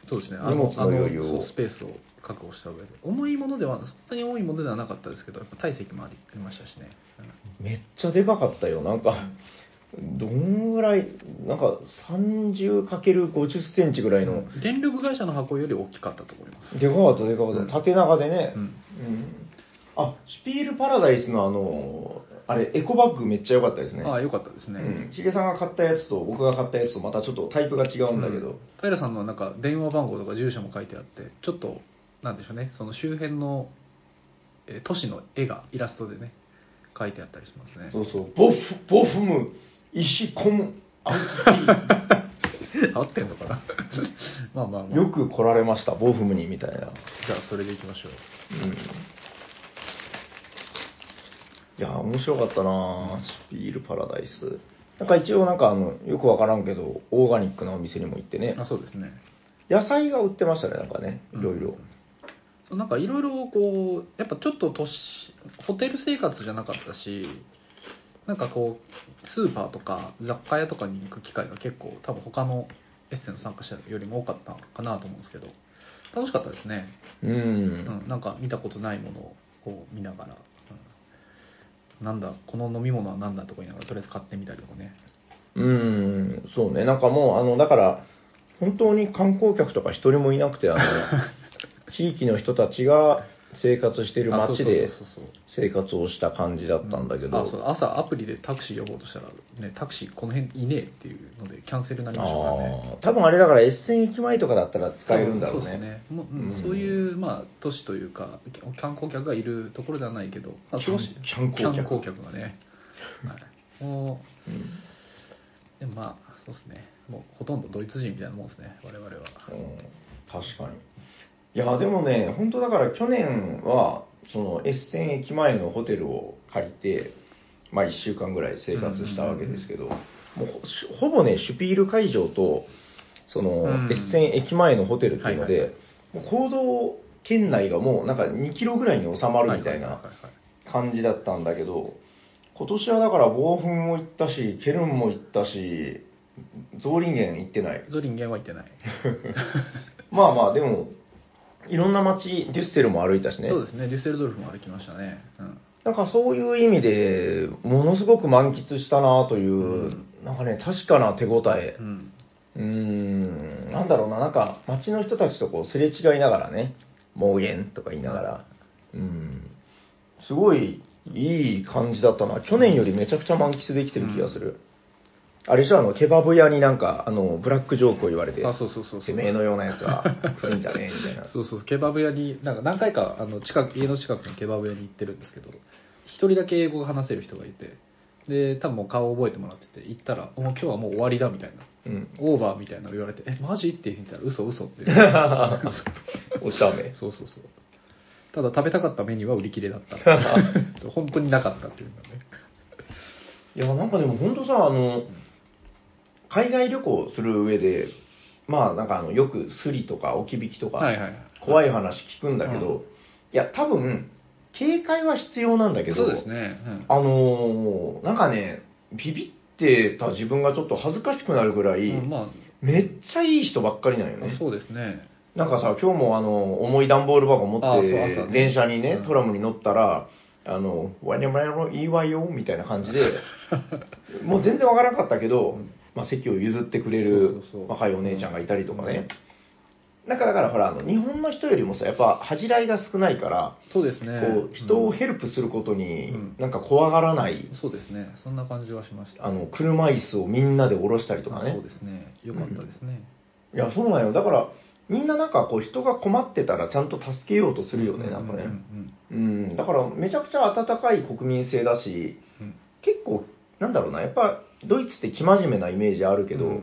C: そうですね
A: 荷物の余裕を
C: そうスペースを確保した上で重いものではそんなに重いものではなかったですけどやっぱ体積もありありましたしね、
A: めっちゃでかかったよなんかどんぐらいなんか 30×50 センチぐらいの、
C: 電力会社の箱より大きかったと思います、
A: でかかったでかかった、
C: うん
A: 縦長でね、
C: うん
A: うんあシュピールパラダイスのあのあれエコバッグめっちゃ良かったですね
C: ああよかったですね、
A: うんヒゲさんが買ったやつと僕が買ったやつとまたちょっとタイプが違うんだけど、
C: 平さんのはなんか電話番号とか住所も書いてあってちょっとなんでしょうねその周辺の、えー都市の絵がイラストでね書いてあったりしますね
A: そうそうボフボフム石コムアイスティー
C: (laughs) 合ってんのかな (laughs) まあまあまあ
A: よく来られましたボーフムにみたいな
C: じゃあそれでいきましょう
A: うんいやー面白かったなーシュピールパラダイスなんか一応なんかあのよくわからんけどオーガニックなお店にも行ってね
C: あそうですね
A: 野菜が売ってましたねなんかねいろいろ
C: なんかいろいろこうやっぱちょっと年ホテル生活じゃなかったしなんかこうスーパーとか雑貨屋とかに行く機会が結構多分他のエッセンの参加者よりも多かったかなと思うんですけど楽しかったですね、
A: うん、
C: うん、なんか見たことないものをこう見ながら、うんなんだこの飲み物は何だとか言いながらとりあえず買ってみたりとかね
A: うーん、そうね、なんかもう、あのだから、本当に観光客とか一人もいなく
C: (laughs)
A: て、あの地域の人たちが生活している
C: あそう
A: 街
C: そうそう
A: で
C: そうそう
A: 生活をした感じだったんだけど、
C: あそう朝アプリでタクシー呼ぼうとしたら、ね、タクシーこの辺いねえっていうのでキャンセルになりましたからね
A: あー多分あれだから、エッセン駅前とかだったら使えるんだろう
C: そうです
A: ね。
C: ねもう、うん
A: うん
C: そういう、まあ、都市というか観光客がいるところではないけど、まあ、
A: キャン
C: 少し
A: キャン光客
C: キャン光客がね、はい、もうでもまあそうですねもうほとんどドイツ人みたいなもんですね我々は、
A: うんうん確かにいやでもね、本当だから去年はそのエッセン駅前のホテルを借りて、まあ、1週間ぐらい生活したわけですけど、もうほしほぼね、シュピール会場とその、
C: うん
A: エッセン駅前のホテルっていうので、
C: はい
A: もう行動圏内がもうなんか2キロぐらいに収まるみたい
C: は
A: な
C: はは
A: 感じだったんだけど、今年はだから暴風も行ったし、ケルンも行ったし、ゾーリンゲン行ってない
C: い。ゾリンゲンは行ってない、
A: まあまあでもいろんな街デュッセルも歩いたしね
C: そうですねデュッセルドルフも歩きましたね、うん、
A: なんかそういう意味でものすごく満喫したなという、
C: うん
A: なんかね確かな手応え
C: うん、
A: うーんなんだろうななんか街の人たちとこうすれ違いながらね盲言とか言いながらうんすごいいい感じだったな去年よりめちゃくちゃ満喫できてる気がする、あれでしょあのケバブ屋になんかあのブラックジョークを言われて
C: あそうそうそうそ
A: て
C: う
A: めえのようなやつは来るんじゃねえみたいな
C: (laughs) そうそうケバブ屋になんか何回かあの近く家の近くのケバブ屋に行ってるんですけど一人だけ英語が話せる人がいてで多分もう顔を覚えてもらってて行ったら「もう今日はもう終わりだ」みたいな
A: うん
C: 「オーバー」みたいなの言われて「えマジ?」って言ったら「嘘
A: (laughs)
C: 嘘って言う
A: お茶目。
C: そうそうそうただ食べたかったメニューは売り切れだったそう本当になかったっていうんだね
A: いや、なんかでも本当さ、あの、海外旅行する上で、まあなんかあの、よくスリとか置き引きとか、
C: はいはいはい
A: 怖い話聞くんだけど、
C: うん
A: いや、多分、警戒は必要なんだけど、
C: そうですね、うん
A: あのーなんかね、ビビってた自分がちょっと恥ずかしくなるぐらい、
C: うんま
A: めっちゃいい人ばっかりなんよ
C: あ
A: ね。
C: そうですね
A: なんかさ、今日もあの、重い段ボール箱持
C: あ
A: っ
C: そう
A: て、
C: 朝ね
A: 電車にね
C: う、ん
A: トラムに乗ったら、あの、わにゃわにゃのいいわよ、みたいな感
C: (laughs)
A: じで、もう全然わからなかったけど、まあ、席を譲ってくれ
C: そう
A: る
C: そうそう
A: 若いお姉ちゃんがいたりとかね。なんかだからほら、あの、日本の人よりもさ、やっぱ恥じらいが少ないから、
C: そうですね
A: こう、人を
C: うん
A: ヘルプすることに
C: うん、
A: なんか怖がらない、
C: そうですねそんな感じはしました
A: あの、車椅子をみんなで下ろしたりとか
C: あそ
A: ね
C: う。ですねよかったですね、
A: いや、そうなんよ。だから、みんななんかこう、人が困ってたらちゃんと助けようとするよね、なんかね。
C: ううん
A: うん、だからめちゃくちゃ温かい国民性だし、
C: うんうん
A: 結構、なんだろうな、やっぱドイツって生真面目なイメージあるけど、
C: うん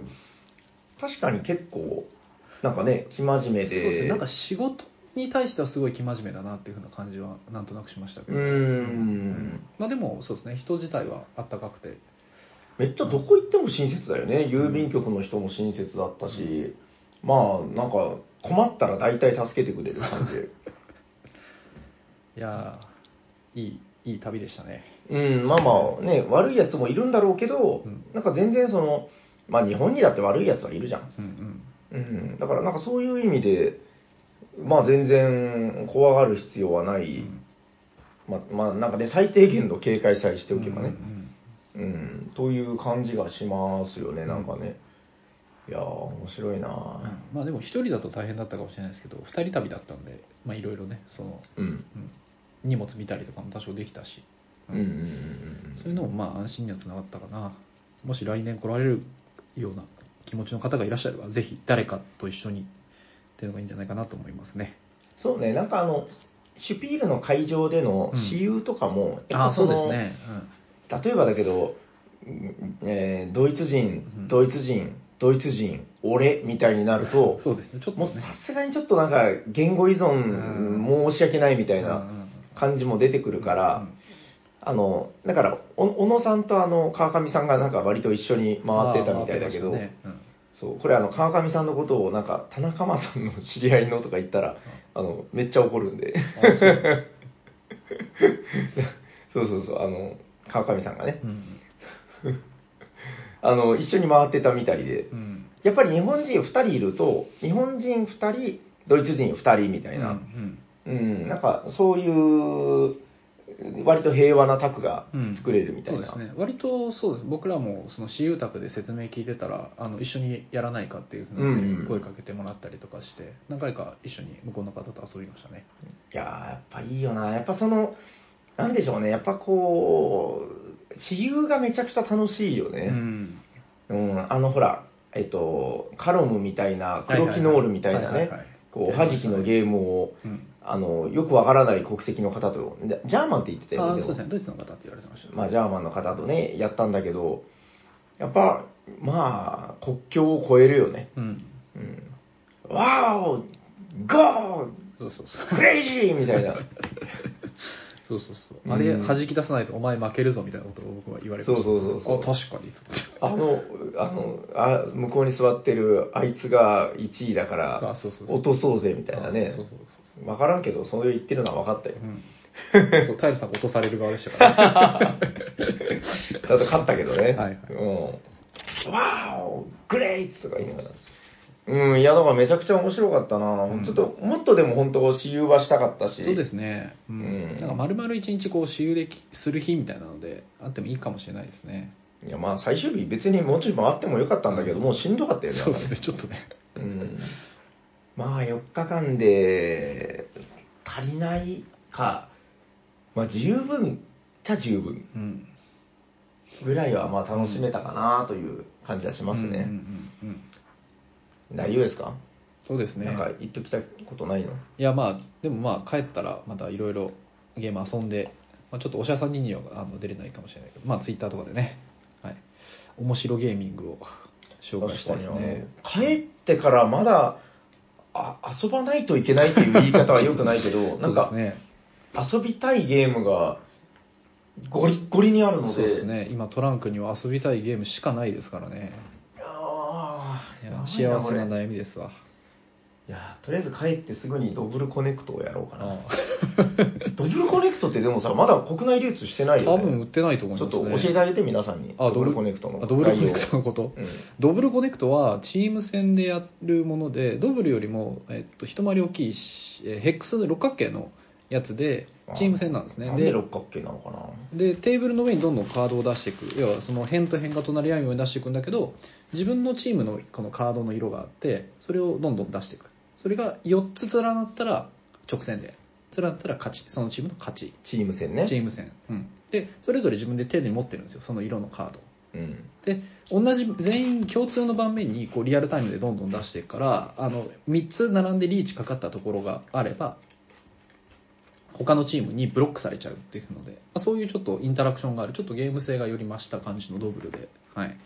A: 確かに結構、なんかね、生真面目
C: そうです
A: で、
C: ねなんか仕事に対してはすごい生真面目だなっていうふうな感じはなんとなくしましたけ
A: う
C: ど、
A: ん、
C: まあでもそうですね人自体はあったかくて
A: めっちゃどこ行っても親切だよね、郵便局の人も親切だったし、まあ、なんか困ったら大体助けてくれる感
C: (laughs)
A: じ。
C: いやーいいいい旅でしたね
A: うん、まあまあね、悪いやつもいるんだろうけど、
C: うん
A: なんか全然その、まあ日本にだって悪いやつはいるじゃん。
C: うん
A: う
C: うん
A: ん、だからなんかそういう意味で、まあ全然怖がる必要はない、まあまあなんかね、最低限の警戒さえしておけばね、うん、という感じがしますよね、なんかね。いやー、面白い
C: うん
A: な
C: まあでも一人だと大変だったかもしれないですけど二人旅だったんでまあいろいろねその、
A: ーうん、
C: うん荷物見たりとかも多少できたし、
A: うん、うん、うん
C: そういうのもまあ安心にはつながったかなもし来年来られるような気持ちの方がいらっしゃればぜひ誰かと一緒にっていうのがいいんじゃないかなと思いますね
A: そうね、なんかあの、シュピールの会場での
C: うん
A: 私有とかも、やっ
C: あ
A: ぱ
C: あ
A: そう
C: そです
A: の、
C: ね、
A: 例えばだけど、えードイツ人
B: う、ん
A: ドイツ人、ドイツ人、俺みたいになる
C: (laughs)
A: と、
B: そうですね、ちょっと
A: もう
B: ね。
A: さすがにちょっとなんか、言語依存、申し訳ないみたい
C: うんうんう
A: なん感じも出てくるから、
C: うん
A: あの、だから、お小野さんとあの、川上さんがなんか割と一緒に回ってたみたいだけど、
C: あー回ってましたね
A: そう、これあの、川上さんのことをなんか、田中間さんの知り合いのとか言ったら、あの、めっちゃ怒るんで、
C: うんあそう
A: (laughs) そうそうそう、あの、川上さんがね、
C: うん
A: あの、一緒に回ってたみたいで、
C: うん
A: やっぱり日本人2人いると、日本人2人、ドイツ人2人みたいな、
C: うん
A: うん、なんかそういう、割と平和な卓が
C: うん
A: 作れるみたいな。
C: そうですね割とそうです僕らもその私有宅で説明聞いてたらあの一緒にやらないかっていうふう
A: うんうん
C: に声かけてもらったりとかして、何回か一緒に向こうの方と遊びましたね
A: いやーやっぱいいよな、やっぱその、なんでしょうね、やっぱこう、私有がめちゃくちゃ楽しいよ
C: う
A: ね。
C: ん
A: うん、あのほら、えっと、カロムみたいな、クロキノールみたいな
C: はは
A: ね
C: は、は
A: こう、おはじきのゲームを、
C: うん
A: あの、よくわからない国籍の方と、ジャジャーマンって言ってたよね。
C: あ
A: で
C: ー
A: も
C: そうですねドイツの方って言われてました、
A: まあ、ジャーマンの方とね、やったんだけど、やっぱ、まあ、国境を越えるよね。
C: うん
A: うん。わーおゴ
C: そうそうそう
A: ークレイジーみた
C: (laughs)
A: いな。
C: そうそうそう
A: うん
C: あれ弾き出さないとお前負けるぞみたいなことを僕は言われました
A: そうそうそうそう
C: あ確かに
A: あの、あの、あ向こうに座ってるあいつが1位だから
C: あ、そうそうそう
A: 落とそうぜみたいな
C: あ
A: ね
C: そ。うそうそ
A: わからんけど、それ言ってるのは分かったよ
C: う、。うん、そう平さん落とされる側でした
A: (laughs)
C: から、ね、
A: ちゃんと勝ったけどね。
C: はいはい
A: うん。わおグレイツとか言いながら。うん、いや、だからめちゃくちゃ面白かったな、
C: うん
A: ちょっと、もっとでも本当、私有はしたかったし。
C: そうですね、うん
A: うん
C: なんか丸々一日こう私有でする日みたいなのであってもいいかもしれないですね
A: いや、まあ、最終日、別にもうちょい回ってもよかったんだけど、
C: うん
A: もうしんどかったよね。
C: そうですねちょっとね
A: うん。まあ、4日間で、足りないか、まあ、十分っちゃ十分
C: うん
A: ぐらいは、まあ、楽しめたかなという感じはします
C: うんう
A: ね。
C: んうんうん
A: 大丈夫ですか、
C: そうですね
A: なんか、言っときたいことないの
C: いやまあでもまあ帰ったらまたいろいろゲーム遊んで、まあ、ちょっとおしゃさんにはあの出れないかもしれないけどまあツイッターとかでねはい面白ゲーミングを紹介したいですね
A: 確かにあの帰ってからまだあ遊ばないといけないっていう言い方は良くないけど、なんか
C: (laughs) そうですね
A: 遊びたいゲームがゴリッゴリにあるので、
C: そうですね今トランクには遊びたいゲームしかないですからね
A: あ
C: い
A: ー
C: や
A: やばいな
C: 幸せな
A: これ
C: 悩みですわ
A: いやとりあえず帰ってすぐにドブルコネクトをやろうかな
C: あ
A: ドブルコネクトってでもさまだ国内流通してな
C: あ
A: いよ
C: 多
A: ね
C: 分売ってないと思い
A: ちょ
C: ま
A: っ
C: す
A: と
C: ね
A: 教えてあげて皆さんに
C: あ
A: ドブルコネクトの
C: あドブルコ
A: 概
C: ネ
A: 要
C: クトのこと
A: うん
C: ドブルコネクトはチーム戦でやるものでドブルよりも、えっと、一回り大きいしえーヘックスの六角形のやつでチーム戦なんですね
A: なんで
C: で
A: 六角形なのかな
C: でテーブルの上にどんどんカードを出していく要はその辺と辺が隣り合うように出していくんだけど自分のチームのこのカードの色があってそれをどんどん出していくそれが4つ連なったら直線で連なったら勝ちそのチームの勝ち
A: チーム戦ね
C: チーム戦、うん、でそれぞれ自分で手に持ってるんですよその色のカード
A: うん
C: 同じ全員共通の盤面にこうリアルタイムでどんどん出していくからあの3つ並んでリーチかかったところがあれば他のチームにブロックされちゃうっていうので、まあ、そういうちょっとインタラクションがあるちょっとゲーム性がより増した感じのドブルで、はい、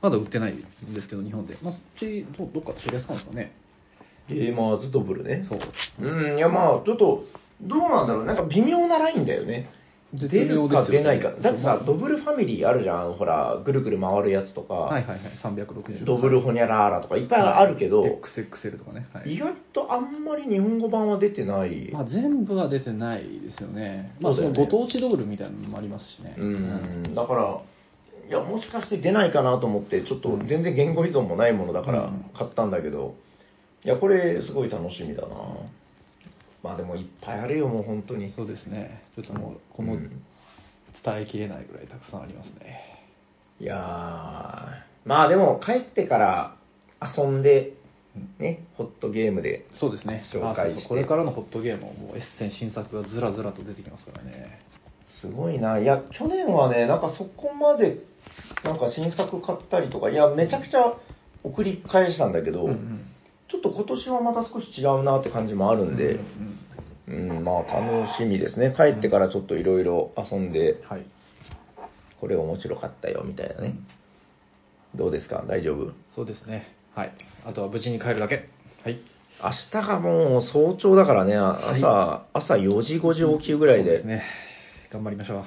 C: まだ売ってないんですけど日本で、まあ、そっちどどっかで取りやすかんですかね
A: ゲーマーズドブルね
C: そう
A: うん、いやまあ、ちょっと、どうなんだろう、なんか微妙なラインだよね。出るか出ないか。だってさ、ドブルファミリーあるじゃん、ほら、ぐるぐる回るやつとか、
C: はいはいはい360
A: ドブルホニャラーラとかいっぱいあるけど、
C: XXL とかね、はい
A: 意外とあんまり日本語版は出てない。
C: まあ、全部は出てないですよね、まあ、
A: そ
C: そう
A: だよ
C: の
A: ね
C: ご当地ドールみたいなのもありますしね、
A: うん、だから、いや、もしかして出ないかなと思って、ちょっと
C: うん
A: 全然言語依存もないものだか
C: う
A: ら
C: ん
A: 買ったんだけど、いや、これすごい楽しみだな。まあでもいっぱいあるよ、もう本当に。
C: そうですね、ちょっともう、
A: う
C: この
A: ん
C: 伝えきれないぐらいたくさんありますね、
A: いやー、まあでも帰ってから遊んで、ね、ホットゲームで、
C: そうですね、
A: 紹介
C: あそう
A: して
C: そうこれからのホットゲームは、もうエッセン新作がずらずらと出てきますからね、
A: すごいな。いや、去年はね、なんかそこまで、なんか新作買ったりとか、いや、めちゃくちゃ送り返したんだけど、
C: うんうん
A: ちょっと今年はまた少し違うなって感じもあるんで、うん、まあ楽しみですね。帰ってからちょっといろいろ遊んで、
C: はい、
A: これ面白かったよみたいなねどうですか大丈夫
C: そうですね。はい。あとは無事に帰るだけ。はい。
A: 明日がもう早朝だからねあ朝、朝4時5時起きぐらい
C: そう
A: で
C: ですね。頑張りましょう。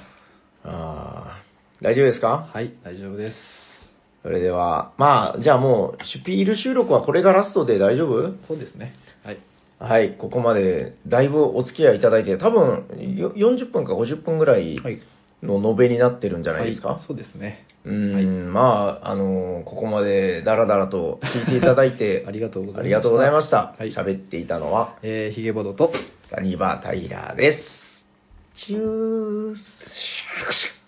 A: あー大丈夫ですか
C: はい、大丈夫です。
A: それではまあじゃあもうシュピール収録はこれがラストで大丈夫
C: そうですね。はい。
A: はい、ここまでだいぶお付き合いいただいて、多分よ40分か50分ぐらい
C: はい。
A: の延べになってるんじゃないですか。
C: はいそうですね。
A: うーん、まあ、あのーここまでだらだらと聞いていただいて、
C: (laughs) ありがとうござ
A: あ
C: いました
A: りがとうございました。
C: はい
A: 喋っていたのは、
C: えー、ヒゲボドと、
A: サニバータイラーです。チュース。シャクシャク